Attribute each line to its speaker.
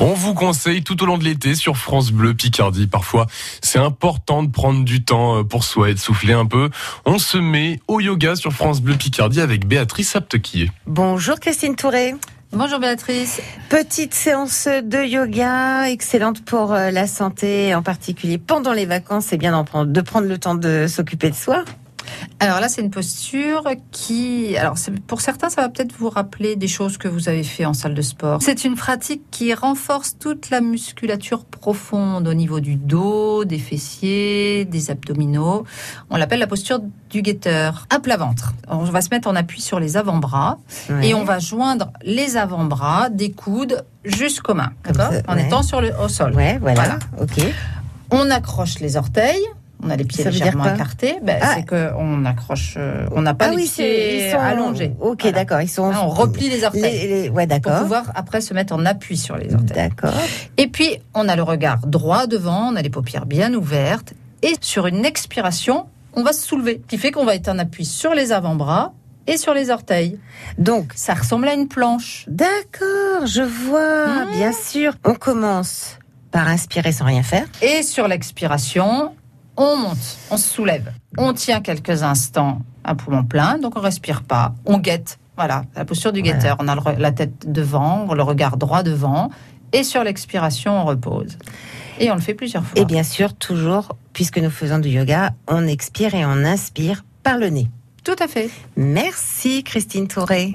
Speaker 1: On vous conseille tout au long de l'été sur France Bleu Picardie. Parfois, c'est important de prendre du temps euh, pour soi et de souffler un peu. On se met au yoga sur France Bleu Picardie avec Béatrice Aptequier.
Speaker 2: Bonjour Christine Touré.
Speaker 3: Bonjour Béatrice.
Speaker 2: Petite séance de yoga, excellente pour euh, la santé, en particulier pendant les vacances. C'est bien de prendre le temps de s'occuper de soi.
Speaker 3: Alors là, c'est une posture qui, alors pour certains, ça va peut-être vous rappeler des choses que vous avez fait en salle de sport. C'est une pratique qui renforce toute la musculature profonde au niveau du dos, des fessiers, des abdominaux. On l'appelle la posture du guetteur à plat ventre. On va se mettre en appui sur les avant-bras ouais. et on va joindre les avant-bras des coudes jusqu'aux mains, d'accord, en ouais. étant sur le au sol.
Speaker 2: Ouais, voilà. voilà. Ok.
Speaker 3: On accroche les orteils on a les pieds légèrement écartés, ben, ah. c'est qu'on accroche, euh, on n'a pas ah les oui, pieds ils sont... allongés.
Speaker 2: Ok, voilà. d'accord, ils sont.
Speaker 3: Là, on replie les orteils. Les,
Speaker 2: les... Ouais, d'accord.
Speaker 3: Pour pouvoir après se mettre en appui sur les orteils.
Speaker 2: D'accord.
Speaker 3: Et puis on a le regard droit devant, on a les paupières bien ouvertes et sur une expiration, on va se soulever, ce qui fait qu'on va être en appui sur les avant-bras et sur les orteils.
Speaker 2: Donc,
Speaker 3: ça ressemble à une planche.
Speaker 2: D'accord, je vois. Mmh. Bien sûr, on commence par inspirer sans rien faire.
Speaker 3: Et sur l'expiration, on monte, on se soulève, on tient quelques instants un poumon plein, donc on respire pas, on guette. Voilà, la posture du guetteur. Voilà. On a la tête devant, le regard droit devant, et sur l'expiration, on repose. Et on le fait plusieurs fois.
Speaker 2: Et Eh bien sûr, toujours, puisque nous faisons du yoga, on expire et on inspire par le nez.
Speaker 3: Tout à fait.
Speaker 2: Merci Christine Touré.